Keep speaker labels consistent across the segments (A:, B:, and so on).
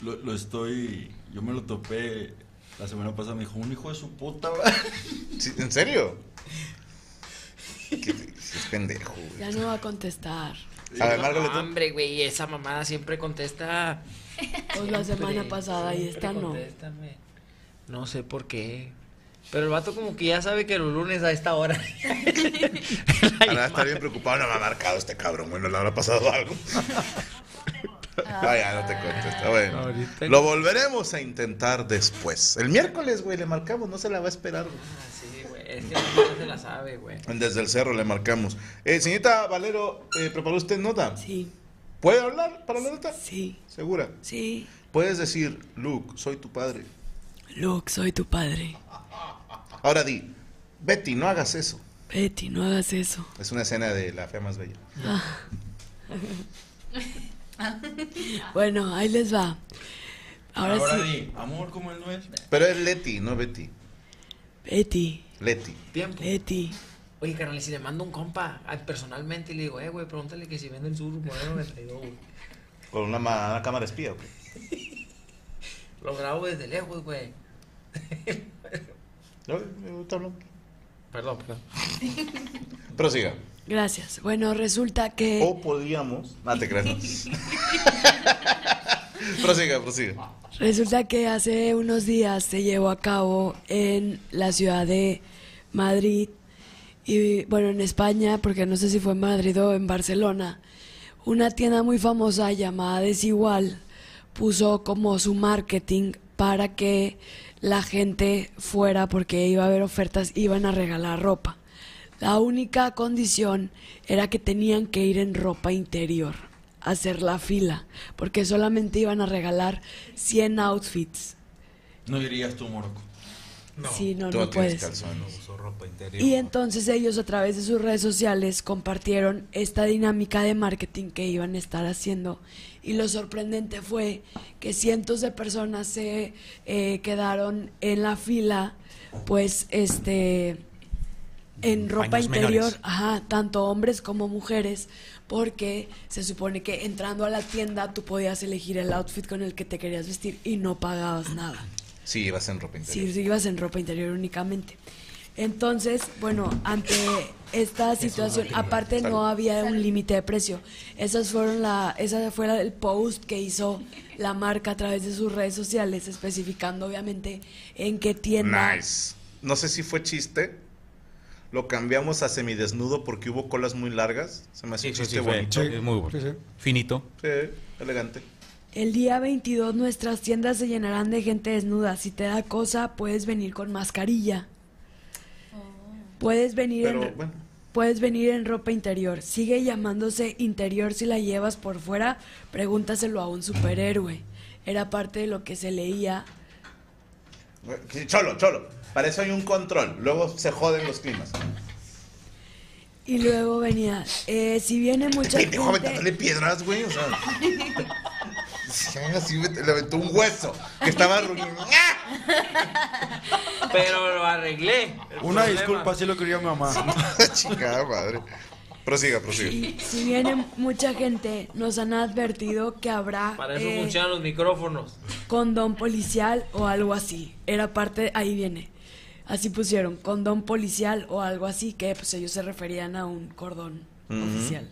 A: lo, lo estoy. Yo me lo topé la semana pasada. Me dijo, un hijo de su puta. madre".
B: Sí, ¿En serio? Qué- Es pendejo, güey.
C: Ya no va a contestar.
B: A ver, Margaret,
D: No,
B: tú.
D: hombre, güey, esa mamada siempre contesta.
C: Pues la semana
D: Siempre,
C: pasada y
D: siempre
C: esta no.
D: contéstame. No sé por qué. Pero el vato como que ya sabe que los lunes a esta hora.
B: Ahora está bien preocupado, no me ha marcado este cabrón, bueno, le habrá pasado algo. Vaya, no te contesta. Bueno,
D: Ahorita-
B: lo volveremos a intentar después. El miércoles, güey, le marcamos, no se la va a esperar. güey.
D: Ah, sí, güey. Es que no se la sabe, güey.
B: Desde el cerro le marcamos. Eh, señorita Valero, eh, ¿preparó usted nota?
C: Sí,
B: ¿Puede hablar para la nota?
C: sí,
B: Segura.
C: sí.
B: Puedes decir, Luke, soy tu padre.
C: Luke, soy tu padre.
B: Ahora di, Betty, no hagas eso.
C: Betty, no hagas eso.
B: Es una escena de La Fea Más Bella.
C: Bueno, ahí les va. Ahora, sí.
A: di, amor como él no es.
B: Pero es Letty, no Betty.
C: Betty,
B: Letty.
D: Tiempo.
C: Betty.
D: Oye, carnal, y si le mando un compa a- personalmente y le digo, eh, güey, pregúntale que si vende el sur, modelo 92, güey.
B: Con una, ma- una cámara espía, güey.
D: Lo grabo desde lejos, güey.
B: No, me gusta hablar.
D: Perdón, perdón.
B: Prosiga.
C: Gracias. Bueno, resulta que.
B: O podíamos. No te creas. no. prosiga, prosiga.
C: Resulta que hace unos días se llevó a cabo en la ciudad de Madrid y bueno, en España, porque no sé si fue en Madrid o en Barcelona, una tienda muy famosa llamada Desigual puso como su marketing para que la gente fuera porque iba a haber ofertas, iban a regalar ropa. La única condición era que tenían que ir en ropa interior, a hacer la fila, porque solamente iban a regalar 100 outfits.
A: No irías tú, Morocco.
C: si no,
B: Tú
C: no
B: tienes
C: puedes.
B: calzones.
E: Uso ropa interior.
C: Y entonces ellos a través de sus redes sociales compartieron esta dinámica de marketing que iban a estar haciendo. Y lo sorprendente fue que cientos de personas se eh, quedaron en la fila, pues este en ropa
E: Paños
C: interior,
E: menores.
C: ajá, tanto hombres como mujeres, porque se supone que entrando a la tienda tú podías elegir el outfit con el que te querías vestir y no pagabas nada
B: Sí, vas en ropa interior.
C: si ibas en ropa interior únicamente. Entonces, bueno, ante esta situación, aparte no había un límite de precio. Esas fueron la, esa fue la- el post que hizo la marca a través de sus redes sociales, especificando obviamente en qué tienda.
B: Nice. No sé si fue chiste. Lo cambiamos a semidesnudo porque hubo colas muy largas. Se me hace un
E: Sí, sí,
B: chiste
E: sí, fue-
B: Este bonito.
E: sí, muy bueno. Finito.
B: Sí, elegante.
C: El día 22 nuestras tiendas se llenarán de gente desnuda. Si te da cosa, puedes venir con mascarilla. Puedes venir en
B: Pero
C: re-
B: bueno.
C: Puedes venir en ropa interior. Sigue llamándose interior si la llevas por fuera. Pregúntaselo a un superhéroe. Era parte de lo que se leía.
B: Sí, Cholo, cholo. Para eso hay un control. Luego se joden los climas.
C: Y luego venía, eh, si viene mucha
B: Pendejo aventándole
C: gente...
B: piedras, güey. O sea. Sí, así vete- le aventó un hueso que estaba ¡Ah! reunido.
D: Pero lo arreglé. El
A: Una
D: problema.
A: disculpa, sí lo quería mi mamá.
B: Chingada madre. Prosiga, prosiga.
C: y si viene mucha gente, nos han advertido que habrá
D: Para eso
C: eh,
D: funcionan los micrófonos.
C: condón policial o algo así. Era parte, ahí viene. Así pusieron, condón policial o algo así, que pues ellos se referían a un cordón oficial.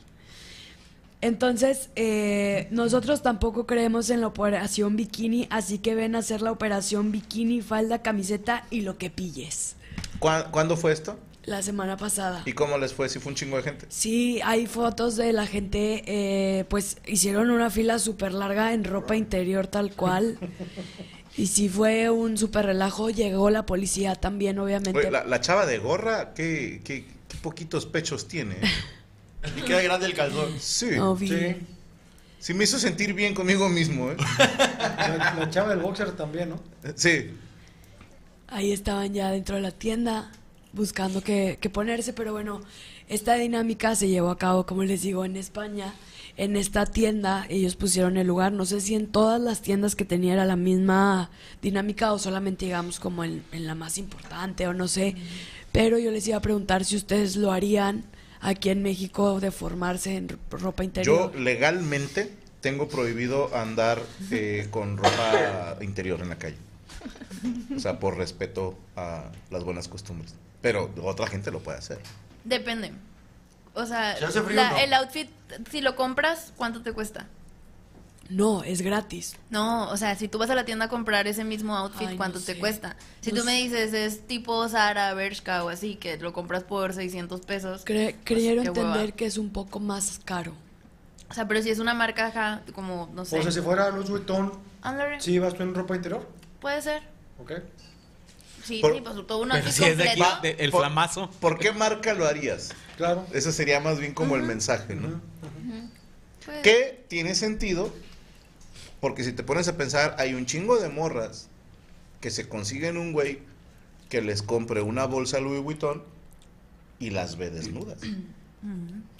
C: Entonces, eh, nosotros tampoco creemos en la operación bikini, así que ven a hacer la operación bikini, falda, camiseta y lo que pilles.
B: ¿Cuá- ¿Cuándo fue esto?
C: La semana pasada.
B: ¿Y cómo les fue? Si fue un chingo de gente.
C: Sí, hay fotos de la gente, eh, pues hicieron una fila súper larga en ropa interior tal cual. Y sí fue un súper relajo, llegó la policía también, obviamente.
B: Oye, la, la chava de gorra, qué, qué- qué poquitos pechos tiene.
A: Y queda grande el calzón.
B: Sí.
C: No vi.
F: Sí.
B: Sí, me hizo sentir bien conmigo mismo, ¿eh?
F: La, la chava del boxer también, ¿no?
B: Sí.
C: Ahí estaban ya dentro de la tienda buscando que, que ponerse, pero bueno, esta dinámica se llevó a cabo, como les digo, en España. En esta tienda ellos pusieron el lugar, no sé si en todas las tiendas que tenía era la misma dinámica o solamente digamos como en, en la más importante o no sé, pero yo les iba a preguntar si ustedes lo harían aquí en México de formarse en ropa
B: Yo
C: interior.
B: legalmente tengo prohibido andar eh, con ropa interior en la calle. O sea, por respeto a las buenas costumbres. Pero otra gente lo puede hacer.
G: Depende. O sea,
A: ¿Se hace frío
G: la-
A: o no?
G: el outfit, si lo compras, ¿cuánto te cuesta?
C: No, es gratis.
G: No, o sea, si tú vas a la tienda a comprar ese mismo outfit,
C: Ay,
G: ¿cuánto
C: no
G: te
C: sé.
G: cuesta? Si
C: No
G: tú me
C: sé.
G: dices es tipo Zara, Bershka o así, que lo compras por 600 pesos.
C: Cre- creyeron
G: qué hueva.
C: entender que es un poco más caro.
G: O sea, pero si es una marca, ajá, como, no sé.
F: O sea, si fuera Louis Vuitton,
G: Ándale,
F: ¿sí vas tú en ropa interior?
G: puede ser.
F: ¿Ok?
G: Sí,
B: Por-
G: sí, pues todo un
E: Pero
G: outfit
E: si es de aquí,
G: completo.
E: de- el
B: Por-
E: flamazo.
B: ¿Por qué marca lo harías?
F: Claro.
B: Ese sería más bien como el mensaje, ¿no?
G: Pues,
B: Que tiene sentido, porque si te pones a pensar, hay un chingo de morras que se consiguen un güey que les compre una bolsa Louis Vuitton y las ve desnudas.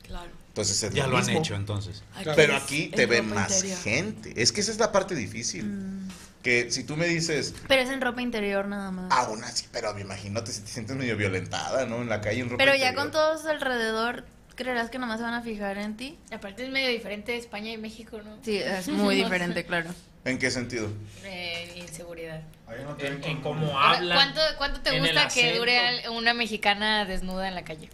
C: Claro.
B: Entonces es
E: Ya lo han
B: mismo.
E: hecho entonces.
F: Claro.
B: Pero
C: es
B: aquí
C: en
B: te ve
C: ropa
B: más
C: interior.
B: gente. Es que esa es la parte difícil. Que si tú me dices,
G: Pero es en ropa interior nada más.
B: aún así, pero imagínate si te sientes medio violentada, ¿no? En la calle en ropa
G: Pero ya
B: interior.
G: con todos alrededor, ¿creerás que nomás se van a fijar en ti?
H: Aparte es medio diferente de España y México, ¿no?
G: Sí, es muy diferente, claro.
B: ¿En qué sentido?
H: Eh, inseguridad.
A: Ahí no te ven
D: En,
A: con-
D: en cómo
H: O sea,
D: hablan.
H: ¿Cuánto, cuánto te
D: en
H: gusta
D: el
H: que dure
D: acento.
H: al- una mexicana desnuda en la calle?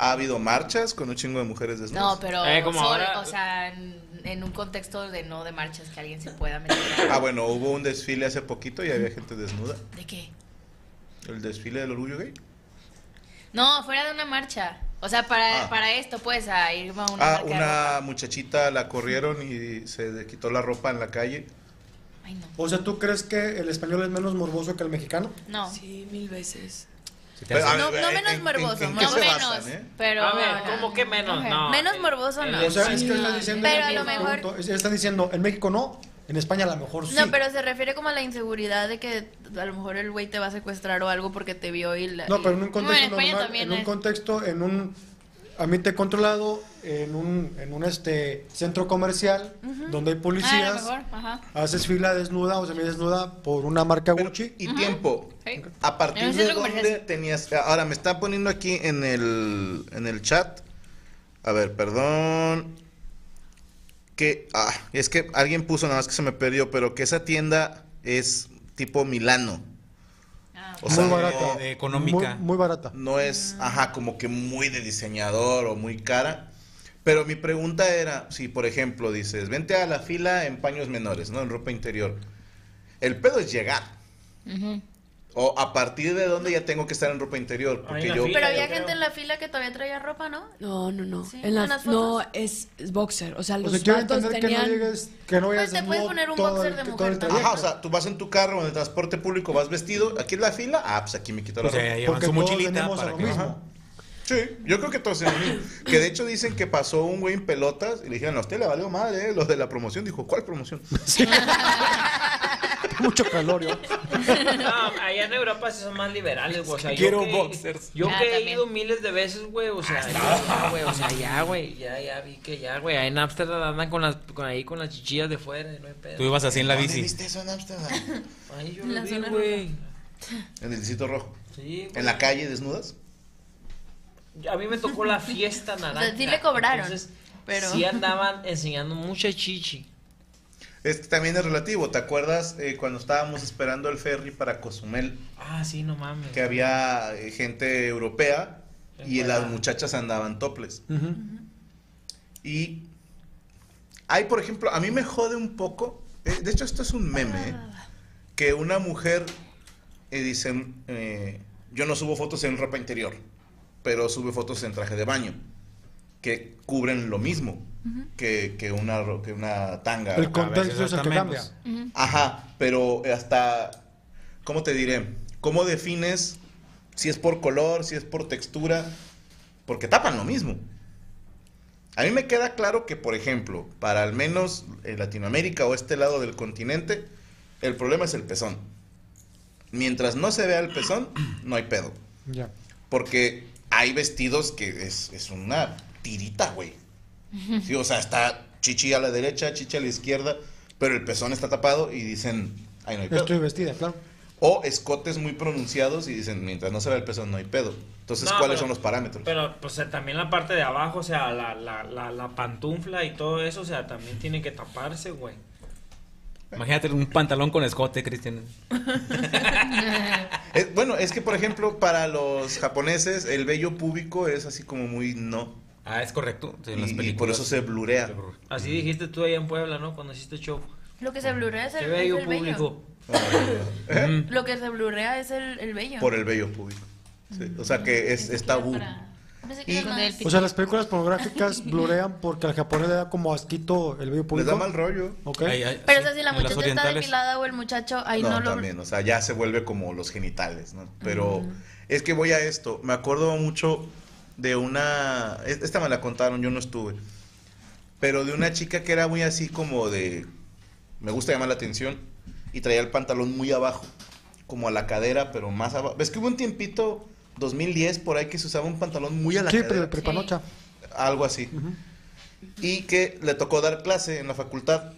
B: ¿Ha habido marchas con un chingo de mujeres desnudas?
H: No, pero
D: Eh, como
H: solo-
D: ahora-
H: o sea, en, en un contexto de no de marchas que alguien se pueda meter.
B: Ah, bueno, hubo un desfile hace poquito y había gente desnuda.
H: ¿De qué?
B: El desfile del orgullo gay.
H: No, fuera de una marcha. O sea, para,
B: Ah.
H: para esto, pues, a ir a una
B: Ah,
H: marca de
B: una
H: ropa.
B: muchachita la corrieron y se le quitó la ropa en la calle.
H: Ay, no.
F: O sea, ¿tú crees que el español es menos morboso que el mexicano?
H: No,
C: Sí, mil veces.
B: Pero, a
G: No-
B: ver,
G: no
B: ¿en-
G: menos
B: en-
G: morboso,
B: en qué
H: no
B: se
H: menos,
B: basan, eh?
H: pero...
D: A ver, ¿cómo que menos?
H: Ajá.
D: No.
G: Menos
D: el-
G: morboso,
D: el-
G: no.
F: O
B: Ah,
F: sea, es que
H: Sí.
F: está diciendo.
G: Pero a lo
F: yo
G: mejor-
F: pregunto, es- está diciendo, en México no, en España a lo mejor sí.
G: No, pero se refiere como a la inseguridad de que a lo mejor el güey te va a secuestrar o algo porque te vio y la...
F: No, pero en un
H: Bueno,
F: contexto
H: España
F: normal,
H: también
F: en un
H: es.
F: contexto, en un ambiente controlado, en un, en un este centro comercial donde hay
H: Ah, a lo
F: policías,
H: mejor, ajá.
F: haces fila desnuda o semidesnuda por una marca
B: Pero-
F: Gucci.
B: y tiempo.
H: Sí.
B: A
H: En
B: partir
H: un
B: de
H: centro
B: dónde
H: comercial.
B: tenías. ah, Ahora me está poniendo aquí en el, en el chat. A ver, perdón. Que. Ah, es que alguien puso nada más que se me perdió, pero que esa tienda es tipo Milano.
H: Ah,
B: O sea, eh,
F: muy barata.
B: no-
E: de económica.
F: Muy, muy barata.
B: no es, ajá, como que muy de diseñador o muy cara. Pero mi pregunta era, si por ejemplo dices, vente a la fila en paños menores, ¿no? En ropa interior. El pedo es llegar.
H: ujú.
B: O a partir de dónde ya tengo que estar en ropa interior.
D: Ahí en
B: Porque
D: la
B: yo...
D: fila.
G: Pero había
D: yo
G: gente
D: creo.
G: en la fila que todavía traía ropa, ¿no?
C: No, no, no.
G: Sí,
C: en las,
G: en las
C: no,
G: fotos.
C: es, es boxer. O sea,
F: O
C: los
F: sea, quiero
C: vatos
F: entender
C: tenían.
F: que no llegues, que no vayas
G: Pues te puedes
F: desnudo
G: poner un
F: todo
G: boxer
F: el-
G: de
F: todo
G: mujer,
F: el
G: ¿no?
F: trayecto.
B: Ajá, o sea, tú vas en tu carro, en el transporte público, vas vestido, aquí en la fila, ah, pues aquí me quito la
E: Pues
B: ropa.
E: ahí llevan
F: porque
E: su
F: todos
E: mochilita
F: venimos a
E: para
F: lo
E: que...
F: mismo.
E: Ajá.
B: Sí, yo creo que todos en lo mismo. Que de hecho dicen que pasó un güey en pelotas y le dijeron, a usted le valió madre, eh, los de la promoción. Dijo, ¿cuál promoción?
F: Mucho calor, yo.
D: No, allá en Europa sí son más liberales, güey. O sea,
E: Quiero
D: yo que,
E: boxers.
D: Yo
H: Ah,
D: que he
H: también.
D: ido miles de veces, güey. O sea, ya, güey. O sea, ya, güey. Ya, ya vi que ya, güey. Ahí en Amsterdam andan con las, con ahí con las chichillas de fuera. y No hay
E: Tú
D: pedo.
E: ibas así en la
B: ¿Dónde
E: bici.
B: viste eso en Ámsterdam?
D: Ahí yo
G: En
D: lo
G: la
D: vi,
G: zona
D: güey.
B: En el distrito rojo.
D: Sí, güey.
B: ¿En la calle desnudas?
D: A mí me tocó la fiesta naranja.
G: sí le cobraron,
D: Entonces,
G: pero-
D: sí andaban enseñando mucha chichi.
B: Es que Este también es relativo. ¿Te acuerdas eh, cuando estábamos esperando el ferry para Cozumel?
D: Ah, sí, no mames.
B: Que había eh, gente europea y las muchachas andaban toples. Y hay, por ejemplo, a mí me jode un poco. eh, De hecho, esto es un meme. eh, Que una mujer eh, dice: eh, Yo no subo fotos en ropa interior, pero sube fotos en traje de baño. Que cubren lo mismo que, que una, ro- que una tanga.
F: El contexto
E: veces
F: es el que
E: hasta
F: cambia.
E: menos.
B: Ajá, pero hasta, ¿cómo te diré? ¿Cómo defines si es por color, si es por textura? Porque tapan lo mismo. A mí me queda claro que, por ejemplo, para al menos eh, Latinoamérica o este lado del continente, el problema es el pezón. Mientras no se vea el pezón, no hay pedo.
F: Ya.
B: Porque hay vestidos que es, es una tirita, güey. Sí, o sea, está chichi a la derecha, chichi a la izquierda, pero el pezón está tapado y dicen, ay, no hay pedo".
F: Estoy vestida, claro.
B: O escotes muy pronunciados y dicen, mientras no se vea el peso no hay pedo. Entonces,
I: No,
B: ¿cuáles
I: pero-
B: son los parámetros?
I: Pero pues eh, también la parte de abajo, o sea, la, la, la, la pantufla y todo eso, o sea, también tiene que taparse, güey.
E: Imagínate un pantalón con escote, Cristian.
B: Eh, bueno, es que, por ejemplo, para los japoneses, el vello púbico es así como muy no.
E: Ah, es correcto. sí, en las
B: Y- y por
E: películas.
B: eso se blurea.
I: Así dijiste tú allá en Puebla, ¿no? Cuando hiciste show.
G: Lo que se blurrea es
I: Qué
G: el,
I: bello
G: es el vello.
I: público.
E: Mm.
G: Lo que se blurrea es el, el vello.
B: Por el vello púbico. Sí, O sea, que es, es tabú.
G: Pensé que era
B: Y-
G: nada más-
F: O sea, las películas pornográficas blurean porque al japonés le da como asquito el bello
B: Les da
F: público.
B: mal rollo.
F: Ok.
E: Ay, ay,
G: Pero o
E: sí,
G: sea, si la
E: en las
G: muchacha está
E: orientales.
G: depilada o el muchacho, ahí
B: no,
G: no, lo.
B: también, o sea, ya se vuelve como los genitales, ¿no? Pero es que voy a esto, me acuerdo mucho de una, es- esta me la contaron, yo no estuve, pero de una chica que era muy así como de, me gusta llamar la atención, y traía el pantalón muy abajo, como a la cadera, pero más abajo. ¿Ves que hubo un tiempito, 2010, por ahí, que se usaba un pantalón muy a la
F: Sí,
B: cadera?
F: pero prepanocha.
B: algo así. Y que le tocó dar clase en la facultad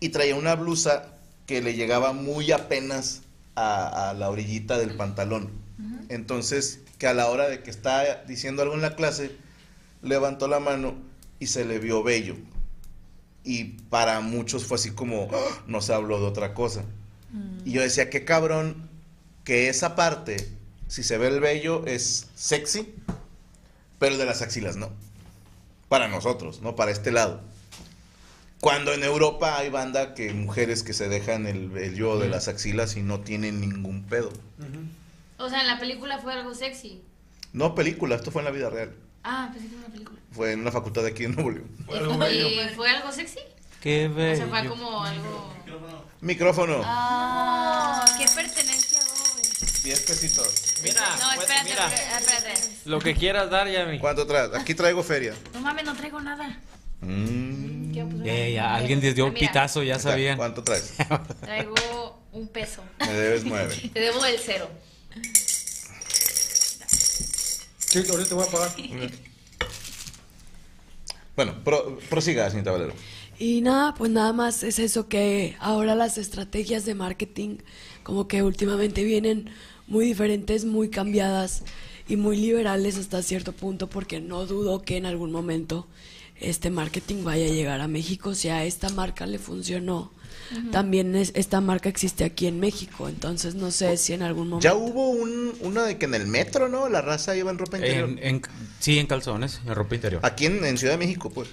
B: y traía una blusa que le llegaba muy apenas a, a la orillita del pantalón. Entonces, que a la hora de que está diciendo algo en la clase, levantó la mano y se le vio bello. Y para muchos fue así como, "Ah, no se habló de otra cosa. Y yo decía, qué cabrón, que esa parte, si se ve el vello, es sexy, pero el de las axilas no. Para nosotros, ¿no? Para este lado. Cuando en Europa hay banda que mujeres que se dejan el vello de las axilas y no tienen ningún pedo.
H: O sea, en la película fue algo sexy.
B: No película, esto fue en la vida real.
H: Ah, pensé que era una película.
B: Fue en una facultad de aquí en Nuevo León.
H: ¿Y fue, algo sexy?
E: Qué
H: O sea, fue
E: bello.
H: como algo...
B: Micrófono.
G: Ah,
H: ¿Qué pertenencia doy?
B: 10 pesitos.
I: Mira,
H: No,
I: pues,
H: espérate,
I: mira,
H: espérate, espérate.
D: Lo que quieras dar, Yami.
B: ¿Cuánto traes? Aquí traigo feria.
H: No mames, no traigo nada.
B: Mm.
E: Eh, ya, alguien les dio un
H: Mira.
E: pitazo, ya sabían.
B: ¿Cuánto traes?
H: Traigo un peso.
B: Me debes 9.
H: Te debo el cero.
F: Sí, ahorita te voy a pagar.
B: Bueno, pro- prosiga, señorita Valero.
C: Y nada, pues nada más es eso que ahora las estrategias de marketing como que últimamente vienen muy diferentes, muy cambiadas y muy liberales hasta cierto punto porque no dudo que en algún momento este marketing vaya a llegar a México, si a esta marca le funcionó. También es- esta marca existe aquí en México, entonces no sé si en algún momento...
B: Ya hubo un, uno de que en el metro, ¿no? La raza iba en ropa interior.
E: En- en- sí, en calzones, en ropa interior.
B: Aquí en, en Ciudad de México, pues.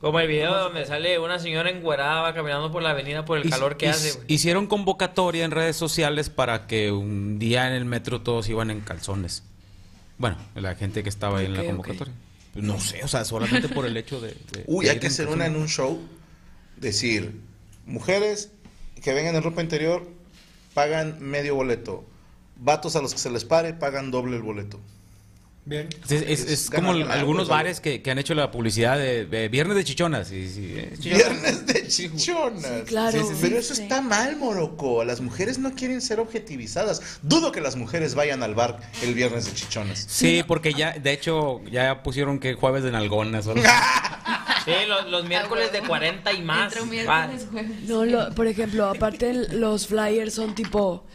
D: Como el video donde sale una señora enguerada va caminando por la avenida por el
E: Hic-
D: calor que
E: hic-
D: hace, güey.
E: Hicieron convocatoria en redes sociales para que un día en el metro todos iban en calzones. Bueno, la gente que estaba ahí en la
C: Ok, ok.
E: convocatoria. No sé, o sea, Ah, solamente por el hecho de. de-
B: Uy,
E: de
B: hay
E: ir
B: que
E: en
B: hacer una en
E: calzones.
B: un show. Decir, mujeres que vengan en ropa interior pagan medio boleto. Vatos a los que se les pare pagan doble el boleto.
F: Bien.
E: Es, es- es
B: Es
E: como
B: ganar, ganar,
E: algunos
B: pues, algo.
E: bares que, que han hecho la publicidad de, de Viernes de Chichonas. y- y- eh, chichonas.
B: Viernes de chichonas.
C: Sí, claro. Sí, sí, sí.
B: Pero eso está mal, Morocco. Las mujeres no quieren ser objetivizadas. Dudo que las mujeres vayan al bar el viernes de chichonas.
E: Sí, porque ya, de hecho, ya pusieron que jueves de nalgonas. o algo.
D: Sí, los, los miércoles de 40 y más.
G: Entre
D: va.
G: miércoles, jueves.
C: No, lo- por ejemplo, aparte el- los flyers son tipo,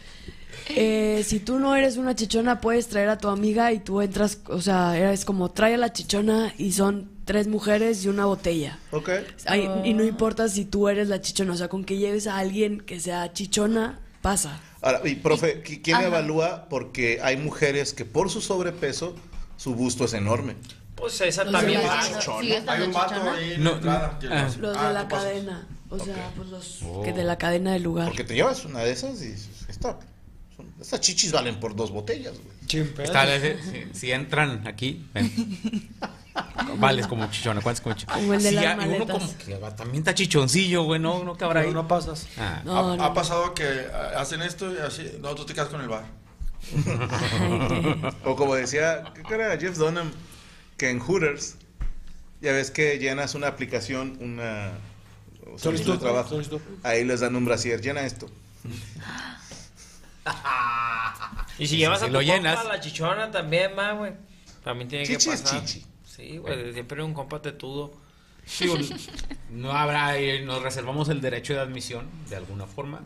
C: eh, si tú no eres una chichona puedes traer a tu amiga y tú entras, o sea, eres como trae a la chichona y son tres mujeres y una botella.
B: ¿Ok?
C: Ay, Y
E: Ah.
C: no importa si tú eres la chichona, o sea, con que lleves a alguien que sea chichona, pasa.
B: Ahora, y profe, ¿qui- ¿quién
G: Ajá.
B: evalúa? Porque hay mujeres que por su sobrepeso, su busto es enorme.
I: Pues esa
C: Los
I: también
C: de la-
I: va.
G: Sigue
B: chichona.
G: estando chichona.
E: en la No, entrada. no, ah.
C: Los de la cadena, o sea, pues los que
F: Oh.
C: de la cadena del lugar.
B: Porque te llevas una de esas y dices, esta, son- estas chichis valen por dos botellas, güey.
F: Chin pedo.
E: Está, eh, si, si entran aquí, ven. vales como chichona. ¿Cuántos como chichona?
C: Como el de
E: Sí,
C: las
E: hay uno
C: maletas.
E: como que va- también está chichoncillo, güey. No, no cabrá
F: Pero
E: ahí.
F: no pasas.
E: Ah.
A: ha,
C: No,
A: ha
C: no,
A: pasado que ah, hacen esto y así. No, tú te quedas con el bar.
B: O como decía, ¿qué era Jeff Dunham? Que en Hooters, ya ves que llenas una aplicación, una solicitud de trabajo.
F: solicitud.
B: Ahí les dan un brasier, llena esto.
I: Y si llevas
E: si
I: a tu
E: lo
I: compa
E: llenas.
I: a la chichona también va, güey. También tiene
B: Chichi
I: que
B: es
I: pasar.
B: chichi.
I: Sí, güey, siempre un compa tetudo.
E: Digo, no habrá, eh, nos reservamos el derecho de admisión de alguna forma.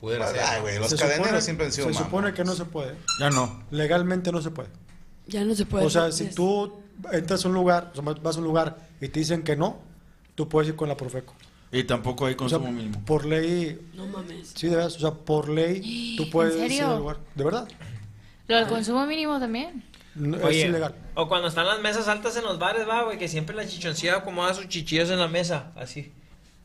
E: Pudiera ser.
B: Ay, güey, los
F: Se
B: cadeneros
F: supone-
B: siempre han sido
F: Se
B: mamás.
F: supone que no se puede.
E: Ya no.
F: Legalmente no se puede.
C: Ya no se
G: Pues,
C: puede.
F: o sea,
C: hacer
F: si
C: test.
F: tú entras a un lugar, o sea, vas a un lugar y te dicen que no, tú puedes ir con la Profeco.
A: Y tampoco hay
F: O sea,
A: consumo mínimo.
F: por ley,
C: No mames.
F: sí, de verdad, o sea, por ley tú
H: ¿En
F: puedes ir
H: serio?
F: al lugar. De verdad,
H: Lo del consumo mínimo también.
F: No,
D: Oye,
F: es ilegal.
D: O cuando están las mesas altas en los bares, va, güey, que siempre la chichoncilla acomoda sus chichillos en la mesa, así.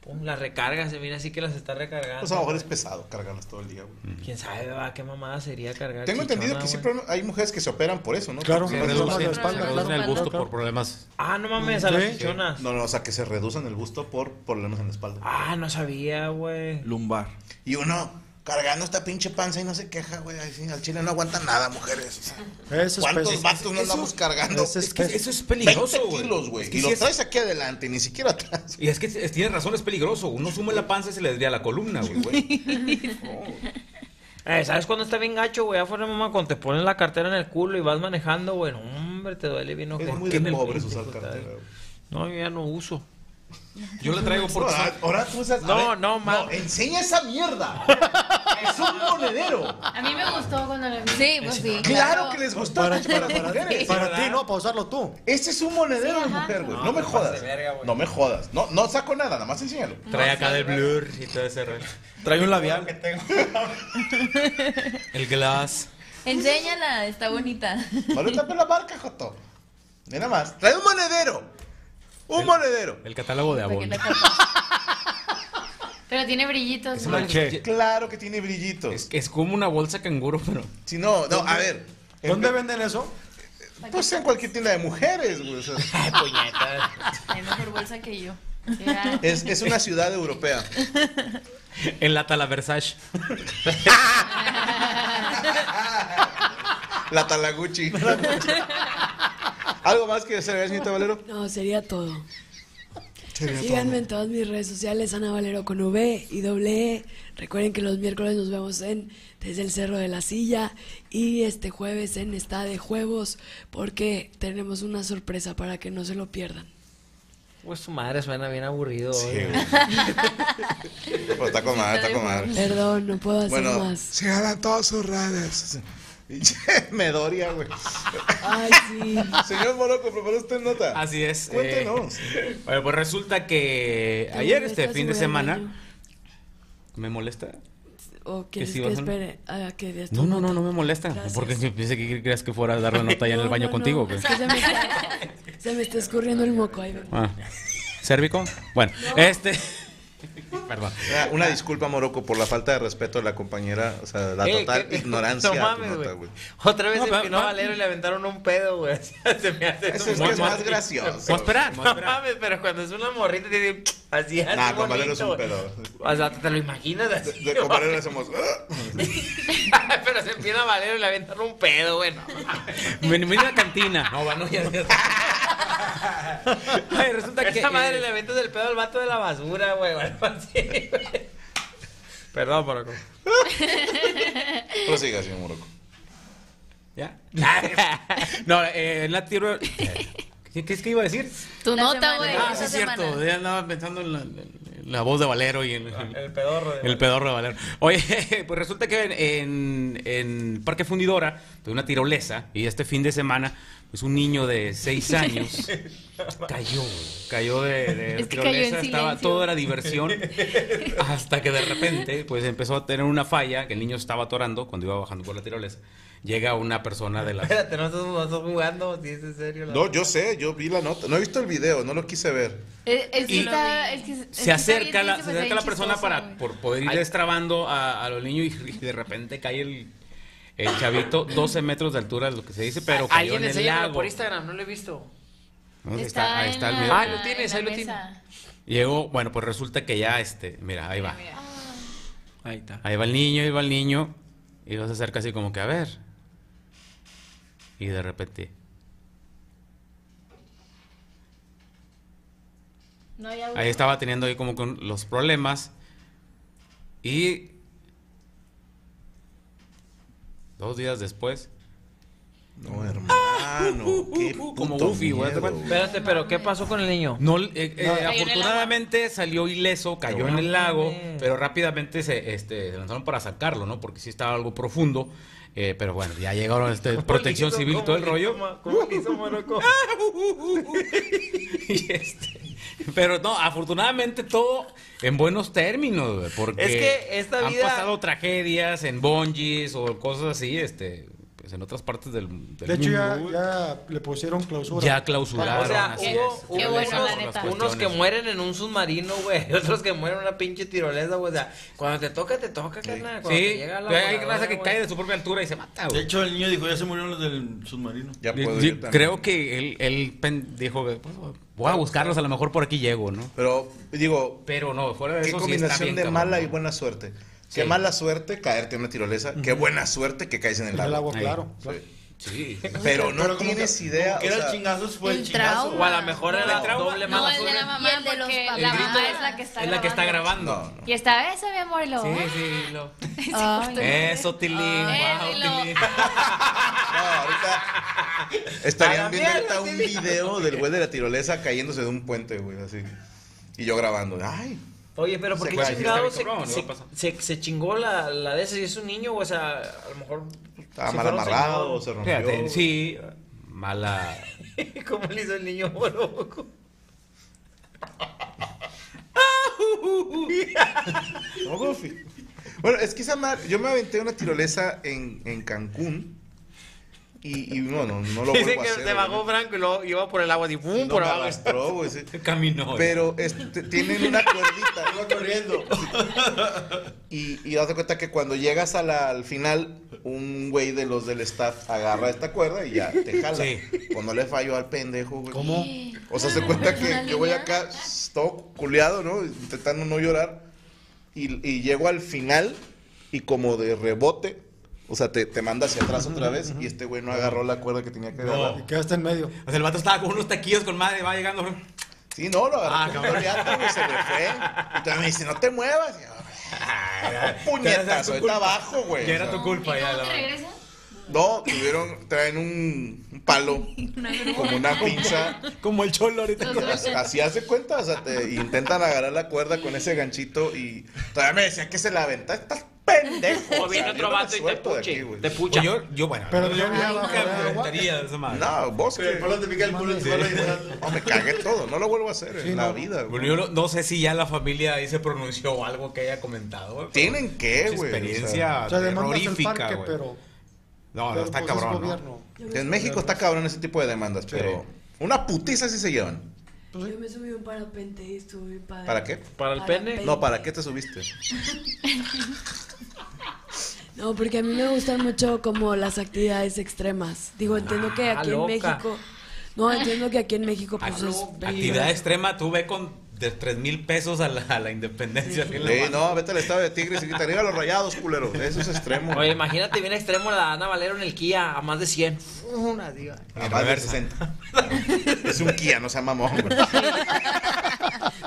D: Pum, las recarga, se mira así que las está recargando.
B: Pues a lo mejor es pesado cargarlas todo el día, güey.
F: Mm.
D: Quién sabe, va, qué mamada sería cargar.
B: Tengo entendido
D: chichona,
B: que
D: güey?
B: siempre hay mujeres que se operan por eso, ¿no?
F: Claro,
B: Que se
F: por
B: reducen-
F: problemas de espalda,
E: Se reducen
F: claro.
E: el gusto
F: Claro.
E: por problemas.
D: Ah, no mames, a las
F: Sí.
D: chichonas.
B: No, no, o sea, que se reducen el gusto por problemas en la espalda.
D: Ah, no sabía, güey.
A: Lumbar.
B: Y uno cargando esta pinche panza y no se queja, güey. Ay, sí, Al chile no aguanta nada, mujeres. O sea,
F: Eso es
B: ¿Cuántos
F: peso.
B: vatos no andamos cargando?
F: Ese es
B: Es
E: que
F: peso.
E: eso es
B: 20
E: peligroso, güey.
B: kilos, güey.
E: Es que
B: y
E: sí
B: los
E: es-
B: traes aquí adelante, ni siquiera atrás.
E: Y es que es- tienes razón, es peligroso. Uno suma la panza y se le daría la columna, güey, güey.
D: Eh, ¿Sabes cuándo está bien gacho, güey? Afuera, mamá, cuando te ponen la cartera en el culo y vas manejando, güey. no, Hombre, te duele bien.
B: Es
D: ojete
B: muy
D: en
B: de
D: el
B: pobres
D: pito,
B: usar
D: hijo de
B: cartera,
D: tal.
B: güey.
D: No, yo ya no uso.
E: Yo la traigo porque
B: Ahora, ahora tú usas. a
D: No, no, ma-
B: No, enseña esa mierda. es un monedero.
H: A mí me gustó cuando lo vi.
G: Sí, pues sí.
B: Claro que les gustó
F: Para,
B: para las
F: para-
B: mujeres.
F: para ti, no, para usarlo tú.
B: Este es un monedero
H: Sí,
B: de
H: ajá.
B: mujer, güey. No,
D: No,
B: me
D: te pases
B: jodas.
D: de verga, güey.
B: no me jodas. No, no saco nada, nada más enséñalo.
E: trae acá del blur y todo ese rollo.
A: Trae un labial.
E: El glass.
G: Enséñala, está bonita.
B: Vale, tapa la barca, Joto. Ve nada más. Trae un monedero. Un
E: El-
B: monedero.
E: El catálogo de
H: Para que
E: Avon.
H: la tapas. Pero tiene brillitos.
E: Es
H: ¿no?
E: una-
B: Claro que tiene brillitos.
E: Es, es como una bolsa canguro, pero.
B: Si no, no, a ver. En-
F: ¿Dónde venden eso?
B: Pues en cualquier tienda de mujeres, güey. o sea,
D: Ay, puñetas.
G: Hay mejor bolsa que yo.
H: Sí, ah.
B: es, es una ciudad europea.
E: En la tala Versace.
B: La Talaguchi. ¿Algo más que desear, señorita Valero?
C: No, sería todo. Síganme en todas mis redes sociales, Ana Valero con V y doble E. Recuerden que los miércoles nos vemos en Desde el Cerro de la Silla y este jueves en Está de Juegos porque tenemos una sorpresa para que no se lo pierdan.
D: Pues su madre suena bien aburrido. hoy, güey.
B: Pues está con madre, está con madre.
C: Perdón, no puedo hacer
B: Bueno,
C: más.
B: sigan todas sus redes. Me doría, güey.
C: Ay, sí.
B: Señor Moroco, prepara usted nota.
E: Así es. eh,
B: Cuéntenos.
E: bueno, pues resulta que
C: Te
E: ayer,
C: molesta
E: este fin
C: si
E: de
C: voy al baño.
E: semana. ¿Me molesta?
C: ¿O quieres
E: sí
C: que,
E: vas a-
C: espere a que des tu
E: No, no, no,
C: nota?
E: no me molesta.
C: Gracias.
E: Porque si pensé que creas que fuera a dar la nota allá en el
C: No,
E: baño
C: no,
E: contigo.
C: no,
E: güey.
C: es que se, me está, se me está escurriendo el moco. ahí vengo.
E: Ah. ¿Cérvico? Bueno, este. Perdón.
B: Una, una disculpa, Moroco, por la falta de respeto de la compañera, o sea, la
D: Eh,
B: total
D: ¿qué-
B: ignorancia.
D: No
B: de tu
D: mames,
B: nota,
D: güey. Otra vez
E: No,
D: se
E: va-
D: empinó
E: va-
D: Valero y le aventaron un pedo, güey. Se me hace
B: Eso es
D: muy
B: que es
D: mal.
B: más gracioso.
E: Vamos a esperar. vamos a
D: No
E: esperar.
D: mames, pero cuando es una morrita, te digo, así, así.
B: Nah, con Valero es un
D: bonito, güey.
B: pedo.
D: O sea, te lo imaginas
B: De,
D: así.
B: de
D: güey.
B: con Valero hacemos. "Ah".
D: pero se empina Valero y le aventaron un pedo, güey. no mames.
E: Ven, ven a la cantina. No, bueno, ya. ya. Ay, resulta que.
D: Esa madre
E: eh,
D: le aventas el pedo al vato de la basura, güey. o algo así, güey. Perdón, Moroco.
B: Prosiga, señor Moroco.
E: ¿Ya? no, eh, en la tierra. ¿Qué crees que iba a decir?
G: Tu
H: La
G: nota,
H: semana.
G: güey.
E: Ah, sí,
G: esa
E: es cierto.
G: semana.
E: Ya andaba pensando en la, en la voz de Valero y en
D: Ah, El pedorro. de
E: el pedorro de Valero. Oye, pues resulta que en, en- en Parque Fundidora, de una tirolesa, y este fin de semana, pues un niño de seis años cayó, cayó de, de
H: Es que cayó en
E: tirolesa, estaba
H: silencio.
E: todo era diversión, hasta que de repente, pues empezó a tener una falla, que el niño estaba atorando cuando iba bajando por la tirolesa. Llega una persona de la...
D: Espérate, no estás, no estás jugando, si es en serio. la-
B: No, yo sé, yo vi la nota. No he visto el video, no lo quise ver.
H: Es, es que
E: Y-
H: está- es que- es que
E: se
H: está bien
E: acerca la,
H: triste,
E: se
H: pero
E: acerca
H: está
E: la
H: bien
E: persona
H: chistoso,
E: para
H: güey.
E: por poder ir
D: Ay.
E: destrabando a, a los niños y, y de repente cae el, el chavito 12 metros de altura, es lo que se dice, pero cayó
D: Alguien
E: en el
D: enséñamelo
E: lago.
D: por Instagram, no lo he visto.
E: ¿Dónde
H: Está,
E: está? Ahí está el
H: en
E: video.
H: la-
D: Ah, lo tienes,
H: en
D: ahí
H: la
D: lo
H: mesa.
E: Llegó, bueno, pues resulta que ya este, mira, ahí va.
H: Mira.
D: Ahí está.
E: Ahí va el niño, ahí va el niño y luego se acerca así como que a ver. Y de repente,
H: No, ya
E: ahí estaba teniendo ahí como con los problemas y dos días después
B: No, hermano. Hermano, qué
E: Como
B: puto
E: Goofy, güey,
B: miedo,
E: ¿te acuerdas?
D: Espérate, pero ¿qué pasó con el niño?
E: No, eh, eh,
F: Cayó en el
E: afortunadamente salió ileso, cayó en el lago, pero rápidamente se, este, se lanzaron para sacarlo, ¿no? Porque sí estaba algo profundo. eh, pero bueno, ya llegaron este, protección civil, todo el rollo.
I: ¿Cómo le hizo Morocco?
E: Y, este, pero no, afortunadamente todo en buenos términos, güey, porque
D: Es que esta vida-
E: han pasado tragedias en bonjis o cosas así, este, pues en otras partes del, del
F: De hecho, ya,
E: mundo.
F: ya le pusieron clausura.
E: Ya clausuraron.
D: O sea,
E: así
D: hubo,
E: es.
D: hubo
H: Qué bueno, la
D: unos,
H: neta.
E: Por las
D: unos que
E: cuestiones.
D: mueren en un submarino, güey. Otros que mueren en una pinche tirolesa, güey. O sea, cuando te toca, te toca, carnal. Cuando te
E: Sí,
D: llega la
E: hay
D: voladora,
E: raza que
D: güey.
E: cae de su propia altura y se mata,
A: De
E: güey.
A: hecho, el niño dijo, ya se murieron los del submarino.
B: Ya
E: Yo-
B: puedo
E: yo
B: ir también.
E: creo que él, él pen- dijo, pues, voy a buscarlos, a lo mejor por aquí llego, ¿no?
B: Pero digo,
E: Pero no, fuera de
B: qué
E: eso sí está
B: combinación
E: bien,
B: de
E: cabrón,
B: mala
E: ¿no?
B: y buena suerte.
E: Sí.
B: Qué mala suerte caerte en una tirolesa, qué buena suerte que caes en el
F: En el
B: lago.
F: agua, claro.
B: Sí.
F: claro.
E: Sí.
B: Pero no
A: Pero como
B: tienes
A: que-
B: idea.
A: como que
B: o
A: era
B: sea,
A: el chingazos fue el,
G: el
A: chingazo.
G: trauma.
D: O a lo mejor
E: No,
D: era
E: el trauma-
D: doble
H: No,
D: mala
H: el de
D: suerte.
H: la mamá,
G: Y el de los
H: porque
G: papás.
H: la
E: El
H: mamá
E: grito-
H: es la que está
E: Es la que está grabando.
B: No,
H: Y esta vez, mi amor, y lo...
E: Sí, sí, lo-
G: Ay,
E: Eso, Tilín.
H: Ay,
E: wow,
H: lo-
E: Tilín.
B: no, ahorita estarían viendo ahorita un video del güey de la tirolesa cayéndose de un puente, güey, así. Y yo grabando. Ay,
D: Oye, pero ¿por
B: Se
D: qué
B: cae,
D: chingado se,
E: está bien,
D: se,
E: cabrón,
D: se- se chingó la, la de ese? Si es un niño, o sea, a lo mejor.
B: estaba
D: si
B: mal
D: fuera un
B: amarrado, o se
D: señor.
B: rompió.
E: Fíjate, sí, mala.
D: ¿Cómo le hizo el niño loco?
B: No, Goofy. Bueno, es que esa madre, yo me aventé una tirolesa en, en Cancún y, y no, no, no lo vuelvo
D: Dice
B: a
D: que
B: hacer.
D: se bajó
B: güey.
D: Franco y luego iba por el agua, así, ¡pum!
B: No
D: por
B: me
D: abajo.
B: arrastró, güey, sí.
E: Caminó.
B: Pero este, tienen una cuerdita. Iba corriendo. Y, y das cuenta que cuando llegas a la- al final, un güey de los del staff agarra esta cuerda y ya te jala.
E: Sí.
B: Pues no le falló al pendejo, güey.
F: ¿Cómo?
B: O sea, se cuenta
G: ¿Una
B: que, que voy
G: línea?
B: acá, shh, todo culeado, ¿no? Intentando no llorar. Y, y llego al final y como de rebote, o sea, te, te manda hacia atrás otra vez y este güey no agarró la cuerda que tenía que agarrar.
F: Y quedaste en medio.
E: O sea, el vato estaba con unos taquillos con madre, va llegando.
B: Sí, no, lo agarró.
E: Ah,
B: con
E: cabrón.
B: coleato, güey, se le fue. Y todavía me dice, no te muevas. Y yo, "Ah,
E: Ya era tu
B: Puñetazo,
E: culpa.
B: está abajo, güey.
E: Ya
B: O
E: era
B: sea,
E: tu culpa,
H: ¿Y
E: ya
H: cómo te
E: la.
H: regresa?
B: No, tuvieron, traen un, un palo, como una pinza.
E: Como el cholo ahorita.
B: Así- Así hace cuenta, o sea, te intentan agarrar la cuerda con ese ganchito y todavía me decían que se la aventa, estás pendejo.
D: O viene
B: sea,
D: otro
B: yo no me
D: vato y te
B: suelto de
D: puche,
B: aquí, güey.
D: te pucha.
E: Oye, Yo, yo, bueno,
F: Pero
E: yo
F: yo ya
E: nunca
F: bajo
E: me
F: el agua.
E: aventaría de esa madre.
B: No, bosque.
A: te pica el culo en tu
B: No, me cagué todo, no lo vuelvo a hacer en la vida, güey.
E: Bueno, yo no, no sé si ya la familia ahí se pronunció o algo que haya comentado. güey, pero
B: Tienen que,
E: mucha
B: güey. o sea,
E: experiencia
F: O sea, demandas el
E: terrorífica,
F: parque,
E: güey.
F: pero.
E: No, no,
F: pero,
E: está
F: pues, es
E: cabrón. ¿no?
F: gobierno.
B: en México está cabrón ese tipo de demandas, pero una putiza Pues sí se llevan.
C: Yo me subí a un parapente y estuve bien padre.
B: ¿Para qué?
D: ¿Para el
C: Para
D: pene?
C: el
B: No, ¿para qué te subiste?
C: No, porque a mí me gustan mucho como las actividades extremas. Digo, entiendo que
D: Ah,
C: aquí
D: loca.
C: en México... No, entiendo que aquí en México
B: Ah,
C: pues
E: Ac-
C: es
E: Actividad
C: peligroso.
E: extrema, tú ve con de 3 mil pesos a la, a la independencia. así en la
B: Sí,
E: mano.
B: no, vete al estado de Tigres y gritaría a los rayados, culero. Eso es extremo.
D: Oye, imagínate bien extremo la Ana Valero en el Kia a más de 100. Una, diga.
B: A más de
E: Reversa.
B: 60. Es un Kia, no sea mamón, güey.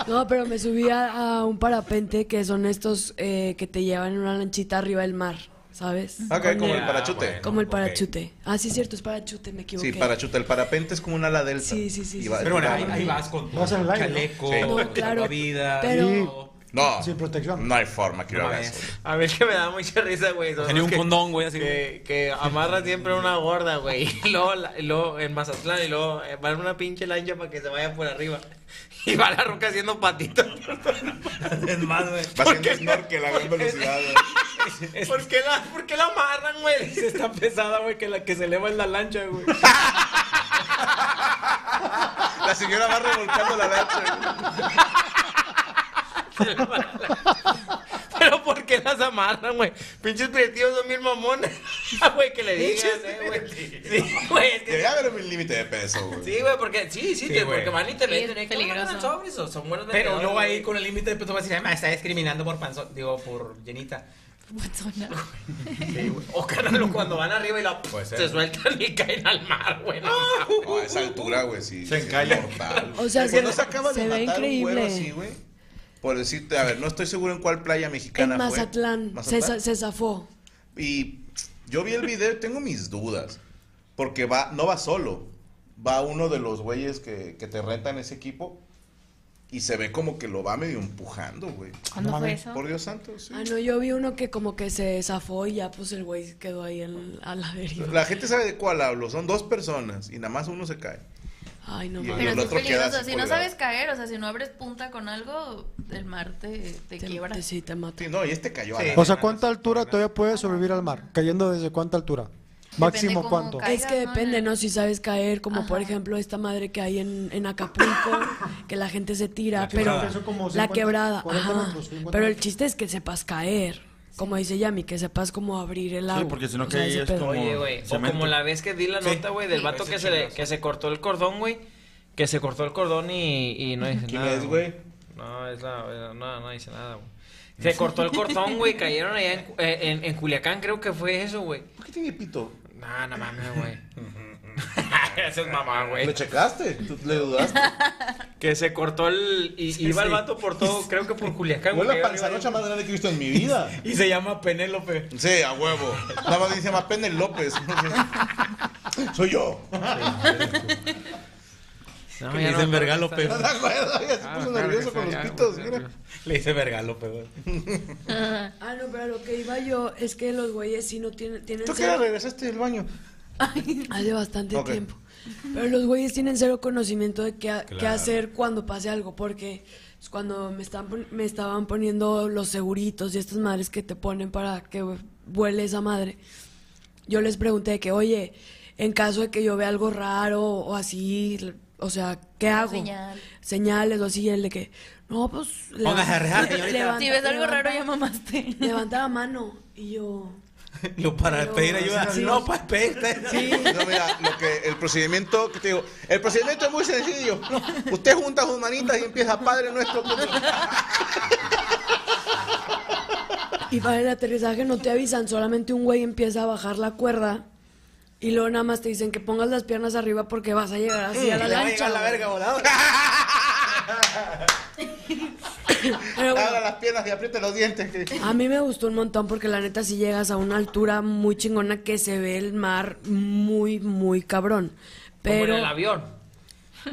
C: No, pero me subí a, a un parapente que son estos eh, que te llevan en una lanchita arriba del mar, ¿sabes?
B: Ok, como el
E: Ah,
B: parachute.
E: bueno.
C: Como el
E: ok.
C: parachute. Ah, sí, es cierto, es parachute, me equivoqué.
B: Sí, parachute. El parapente es como una ala delta.
C: Sí, sí, sí,
B: Y
C: sí,
B: va-
E: Pero bueno,
B: va-
E: ahí, ahí vas con tu
F: Vas en el aire, ¿no?
E: chaleco,
B: Sí.
C: No, claro,
E: salvavidas,
C: pero-
B: No.
F: Sin protección.
B: No hay forma que yo
E: No
B: haga
E: mames.
B: eso.
D: A mí el que me da mucha risa, güey. son
E: Tenía
D: los
E: un
D: que-
E: condón, güey, así.
D: Que, que amarra siempre una gorda, güey. Y luego, la- y luego en Mazatlán, y luego eh, van en una pinche lancha para que se vaya por arriba. Y va la roca haciendo patitos.
E: Es más, güey.
B: Va haciendo snorkel a gran velocidad. güey.
D: ¿Por qué la, por qué la amarran, güey?
E: Se está pesada, güey, que la que se eleva es la lancha, güey.
B: La señora va revolcando la lancha.
D: Pero ¿por qué las amarran, güey? Pinches primitivos son mil mamones. Ah, güey, que le digas, eh, güey. Sí, güey, es que...
B: Debería haber un límite de peso, güey.
D: Sí, güey, porque sí, sí,
E: Sí,
D: te-
E: güey.
D: porque van y te
H: Sí,
D: meten.
H: es
D: ¿eh? ¿Qué van a
H: peligroso.
D: ganar sobres o son buenos
E: Pero
D: vendedores,
E: luego ahí
D: güey?
E: con el límite de peso vas a decir, "Ah, me está discriminando por panzón, digo, por llenita.
D: Sí, güey. O carnal, cuando van arriba y la...
E: Puede ser,
D: se
E: ¿no?
D: sueltan y caen al mar, güey. no mames.
B: No, a esa altura, güey, sí.
A: Se
B: sí es
A: encalla.
B: mortal.
C: O sea,
B: Cuando
C: se-
B: se acaba de
C: se ve
B: matar un güero
C: increíble.
B: así, güey. Por decirte, a ver, no estoy seguro en cuál playa mexicana
C: En
B: fue.
C: Mazatlán, se,
B: ¿Mazatlán?
C: za- se zafó.
B: Y yo vi el video y tengo mis dudas. Porque va, no va solo. Va uno de los güeyes que, que te rentan ese equipo. Y se ve como que lo va medio empujando, güey.
H: ¿Cuándo
F: No
H: fue
F: mames.
H: eso?
B: Por Dios santo, sí.
C: Ah, no, yo vi uno que como que se zafó y ya pues el güey quedó ahí en- a la deriva.
B: La gente sabe de cuál hablo. Son dos personas y nada más uno se cae.
C: Ay, no
B: Y el
C: mames.
G: Pero sí es
B: otro queda
G: peligroso.
B: así
G: Si no
B: colgado.
G: sabes caer, o sea, si no abres punta con algo, el mar te, te
C: Te-
G: quiebra.
C: te- Sí, te mata.
B: Sí, no, y este cayó a la-
F: O
D: Pues-
F: sea, ¿cuánta altura todavía puede sobrevivir al mar? ¿Cayendo desde cuánta altura? ¿Máximo
G: cómo
F: cuánto?
G: caigas,
C: Es que
G: ¿no?
C: depende, ¿no? Si sabes caer, como por
G: Ajá.
C: ejemplo esta madre que hay en, en Acapulco, que la gente se tira, pero
F: quebrada. Eso como
C: la
F: 50,
C: quebrada.
F: 40
C: ajá.
F: metros, 50
C: pero el
F: metros.
C: chiste es que sepas caer, como dice Yami, que sepas cómo abrir el agua.
A: porque si no
C: O sea,
A: caí
C: ese
A: es
C: pedo.
A: como-
D: Oye, güey. O
A: Cemento.
D: como la vez que di la
E: Sí.
D: nota, güey, del
E: Sí,
D: vato
E: ese
D: que se, le-
E: chingazo.
D: que se cortó el cordón, güey. Que se cortó el cordón y, y no dice
B: ¿Quién
D: nada.
B: es, güey?
D: No, es la. eh, No, no dice nada, güey. Se cortó el cordón, güey. Cayeron allá en, eh, en- en Culiacán, creo que fue eso, güey.
B: ¿Por qué tiene pito?
D: No, no mames, güey. Esa es mamá,
B: ¿Lo
D: güey.
B: checaste? ¿Tú le dudaste?
D: Que se cortó el. Y, iba el vato por todo, creo que por Culiacán,
B: Fue
D: güey.
B: la
D: que iba-
B: panzanocha más grande que he visto en mi vida.
E: Y se llama Penélope.
B: Sí, a huevo. Nada más dice Mapene López. Soy yo.
D: No,
E: Que
D: ya
E: le
D: no
E: dicen
D: me acuerdo
E: Vergalope.
D: esta-
B: No te acuerdas, ya se
D: Ah,
B: puso
D: claro que
B: nervioso
D: sí,
B: con los
D: ya,
B: pitos.
D: güey,
B: Mira.
D: nervioso.
E: Le dice Vergalope, güey.
C: Ah, no, pero lo que iba yo es que los güeyes sí no tienen... tienen
B: ¿Tú qué
C: cero-
B: hora regresaste del baño?
C: Hace bastante
B: Ok.
C: tiempo. Pero los güeyes tienen cero conocimiento de qué, ha- qué
E: Claro.
C: hacer cuando pase algo, porque pues, cuando me, están pon- me estaban poniendo los seguritos y estas madres que te ponen para que vuele esa madre, yo les pregunté de que, oye, en caso de que yo vea algo raro o así, l- o sea, ¿qué hago?
G: señal.
C: Señales o así, y el de que, no, pues... levan-
E: Póngase a rejar, señorita.
C: levanta-
G: Si ves algo
C: levanta-
G: raro, ya mamaste.
C: Levanta la mano y yo...
E: Yo para
C: Pero,
E: pedir ayuda.
C: sí.
E: No, para pedirte.
C: Sí.
B: No, mira, lo que, el procedimiento que te digo. El procedimiento es muy sencillo. Usted junta sus manitas y empieza Padre Nuestro.
C: Y para el aterrizaje no te avisan, solamente un güey empieza a bajar la cuerda y luego nada más te dicen que pongas las piernas arriba porque vas a llegar así a la
E: Le va a
C: lancha.
E: llegar la
C: güey.
E: verga voladora.
C: Pero bueno,
B: Abra las piernas y apriete los dientes. que-
C: a mí me gustó un montón porque la neta si llegas a una altura muy chingona que se ve el mar muy, muy cabrón.
D: Como
C: Pero
D: en el avión.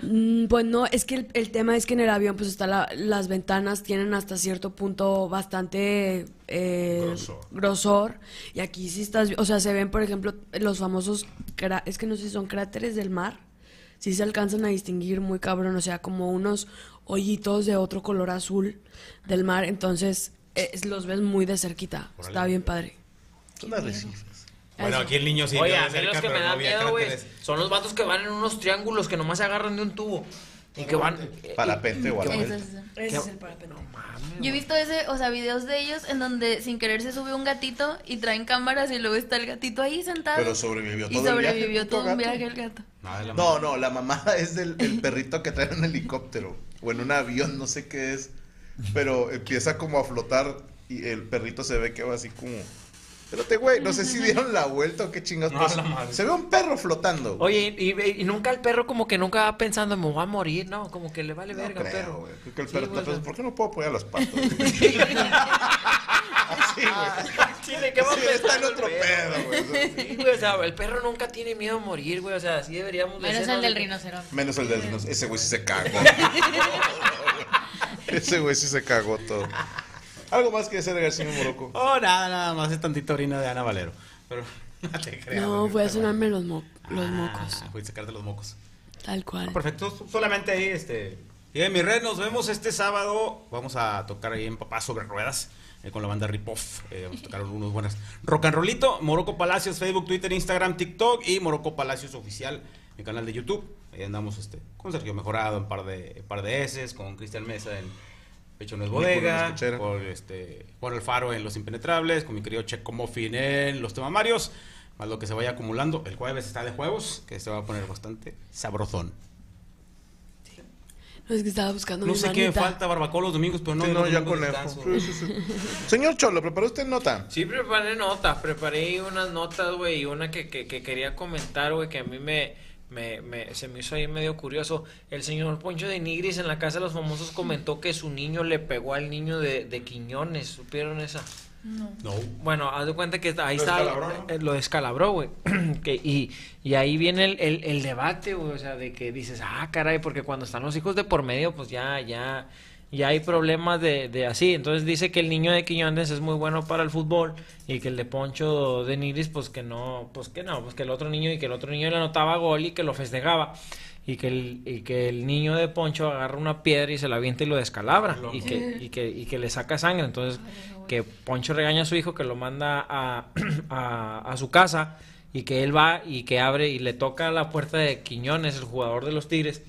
C: Mm, Pues no, es que el, el tema es que en el avión pues está la- las ventanas tienen hasta cierto punto bastante eh, grosor. y aquí sí estás, o sea, se ven por ejemplo los famosos, crá- es que no sé si son cráteres del mar, sí se alcanzan a distinguir muy cabrón, o sea, como unos hoyitos de otro color azul del mar, entonces eh, es- los ves muy de cerquita, está bien padre.
B: Son arrecifes.
E: Bueno, aquí el niño sí.
D: Oye,
E: vio
D: a
E: de
D: mí los
E: cerca,
D: que
E: pero
D: me
E: no
D: dan
E: había
D: miedo, güey,
E: cráteres.
D: son los vatos que van en unos triángulos que nomás se agarran de un tubo. Y que van.
B: Parapente o algo.
G: Eso es-
C: Ese es el parapente.
G: Yo he visto ese, o sea, videos de ellos en donde sin querer se sube un gatito y traen cámaras y luego está el gatito ahí sentado.
B: Pero sobrevivió
G: y
B: todo el viaje.
G: sobrevivió
B: puto
G: todo
B: gato.
G: un viaje el gato.
E: No, de la
B: No, no, la mamada es del el perrito que trae en un helicóptero o en un avión, no sé qué es, pero empieza como a flotar y el perrito se ve que va así como... Espérate, güey, no sé si dieron la vuelta o qué chingados.
I: No,
B: pero
I: la madre.
B: Se ve un perro flotando. güey.
D: Oye, y, y- y nunca el perro como que nunca va pensando, me voy a morir, ¿no? Como que le vale
B: No
D: verga al
B: creo,
D: perro.
B: güey. Creo que el
D: Sí,
B: perro
D: güey,
B: está
D: o sea-
B: pensando, ¿por qué no puedo apoyar los patos? güey?" Sí, güey.
D: Chile, ¿qué va a
B: Sí, está
D: pensar
B: en otro
D: el
B: pedo, güey. O sea,
D: Sí, güey, o sea, el perro nunca tiene miedo a morir, güey. O sea, así deberíamos de
H: Menos
D: ser,
H: el del
D: ¿no?
H: rinoceronte.
B: Menos el del... Ese güey sí se cagó. No, no, güey. Ese güey sí se cagó todo. Algo más que hacer, García Moroco.
E: Oh, nada, nada más es tantita orina de Ana Valero. Pero no te creas.
C: No,
E: güey,
C: voy a
E: te
C: sonarme
E: vale.
C: los, mo- los mocos,
E: Ah, voy a sacarte los mocos.
C: tal cual.
E: Perfecto, solamente ahí, este. Y en mi red, nos vemos este sábado. Vamos a tocar ahí en Papá sobre Ruedas eh, con la banda Ripoff. Eh, vamos a tocar unos buenas. Rock and Rollito, Morocco Palacios, Facebook, Twitter, Instagram, TikTok y Morocco Palacios Oficial, mi canal de YouTube. Ahí andamos este, con Sergio Mejorado en par de, par de S, con Cristian Mesa en Pecho No es
B: Nicolás
E: Bodega,
B: Cochera.
E: con este, Juan Alfaro en Los Impenetrables, con mi querido Checo Mofin en Los Temamarios. Más lo que se vaya acumulando. El jueves está de juegos, que se va a poner bastante sabrozón.
C: No es que estaba buscando
E: No
C: mi
E: sé qué me
C: manita.
E: falta, barbacoa los domingos, pero no.
B: Sí,
E: los
B: no, ya
E: domingos
B: con
E: descanso.
B: eso. Sí, sí, sí. Señor Cholo, ¿preparó usted nota?
D: Sí, preparé notas, preparé unas notas, güey, y una que, que, que quería comentar, güey, que a mí me, me, me- se me hizo ahí medio curioso. El señor Poncho de Nigris en la Casa de los Famosos comentó que su niño le pegó al niño de, de Quiñones. ¿Supieron esa?
E: No.
D: Bueno, haz de cuenta que ahí
B: Lo
D: está.
B: descalabró, ¿no?
D: eh, Lo descalabró, güey. Que- y, y ahí viene el, el- el debate, güey. O sea, de que dices, ah, caray, porque cuando están los hijos de por medio, pues ya, ya, ya hay problemas de, de así. Entonces dice que el niño de Quiñones es muy bueno para el fútbol y que el de Poncho de Nigris, pues que no, pues que no, pues que el otro niño y que el otro niño le anotaba gol y que lo festejaba. Y que, el, y que el niño de Poncho agarra una piedra y se la avienta y lo descalabra. Y que, y, que, y que le saca sangre. Entonces, que Poncho regaña a su hijo, que lo manda a, a- a su casa. Y que él va y que abre y le toca la puerta de Quiñones, el jugador de los Tigres.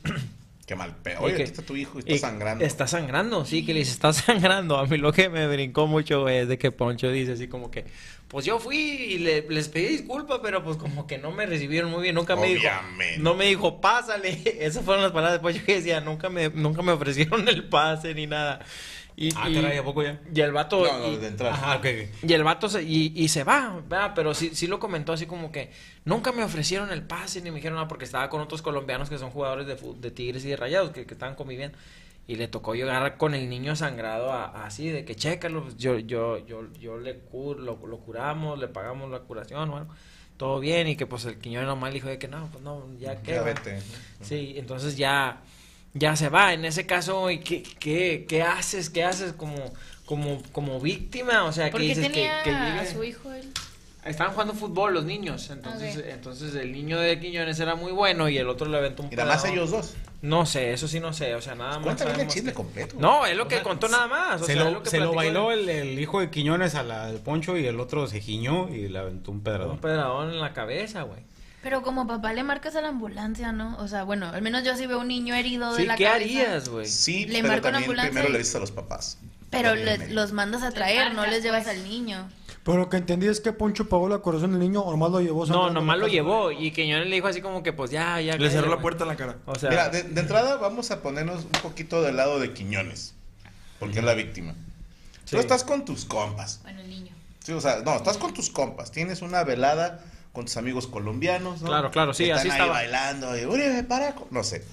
B: Qué mal peor.
D: Y
B: Oye,
D: que-
B: aquí está tu hijo y
D: y
B: está sangrando.
D: Está sangrando, sí, que le dice, está sangrando. A mí lo que me brincó mucho güey, es de que Poncho dice así como que, pues yo fui y le- les pedí disculpas, pero pues como que no me recibieron muy bien. Nunca me dijo,
B: Obviamente.
D: no me dijo, pásale. Esas fueron las palabras de Poncho que decía, nunca me, nunca me ofrecieron el pase ni nada. Y,
E: Ah,
D: y-
E: caray, ¿a poco ya?
D: y el vato...
B: No, no,
D: y-
B: de entrada.
E: Ajá, ok, ok.
D: y el vato se, y, y se va, ¿verdad? Pero sí, sí lo comentó así como que nunca me ofrecieron el pase ni me dijeron nada porque estaba con otros colombianos que son jugadores de, fu- de Tigres y de Rayados que, que estaban conviviendo. Y le tocó llegar con el niño sangrado a- a así, de que chécalo, pues, yo, yo, yo, yo le cur, lo, lo curamos, le pagamos la curación o algo, todo bien. Y que pues el quiñón nomás le dijo de que no, pues no, ya que.
B: Ya vete.
D: Sí, entonces ya, ya se va. En ese caso, ¿y ¿qué, qué, qué haces? ¿Qué haces como, como, como víctima? O sea,
H: ¿Por
D: que
H: qué
D: dices que-
H: tenía
D: que,
H: a
D: llegue-
H: su hijo él?
D: Estaban jugando fútbol los niños. Entonces,
H: Ok.
D: entonces el niño de Quiñones era muy bueno y el otro le aventó un
B: Y nada más
D: pedazo.
B: ellos dos. Pues
D: No sé, eso sí no sé. O sea, nada más.
B: Cuéntame el
D: sabemos
B: chisme
D: que-
B: completo.
D: No, es lo que contó nada más. O
E: se
D: sea,
E: lo,
D: es lo que
E: se lo
D: platicó
E: bailó
D: él.
E: el, el hijo de Quiñones a la del Poncho y el otro se giñó y le aventó un
D: Un
E: pedradón.
D: pedradón en la cabeza, güey.
G: Pero como papá le marcas a la ambulancia, ¿no? O sea, bueno, al menos yo sí veo un niño herido de
D: Sí,
G: la
D: ¿qué
G: cabeza.
D: harías, güey?
B: Sí,
G: Le
B: pero
G: marca una
B: también
G: ambulancia
B: primero
G: y-
B: le dices a los papás.
G: Pero
B: También
G: le-
B: me-
G: los mandas a traer, no
H: marcas,
G: les llevas
H: pues.
G: al niño.
F: Pero lo que entendí es que Poncho pagó la corazón del niño o nomás lo llevó.
D: No,
F: sangrando
D: nomás
F: a
D: lo
F: la casa.
D: llevó y Quiñones le dijo así como que pues ya, ya.
J: Le cerró
D: cállate,
J: la
D: güey.
J: puerta en la cara.
D: O sea,
B: Mira, de, de entrada vamos a ponernos un poquito del lado de Quiñones, porque es la víctima.
D: Sí.
B: Tú estás con tus compas.
H: Bueno, el niño.
B: Sí, o sea, no, estás con tus compas. Tienes una velada con tus amigos colombianos, ¿no?
D: Claro, claro, sí,
B: Están
D: así
B: ahí
D: estaba.
B: bailando y, Uribe, para. co-", No sé.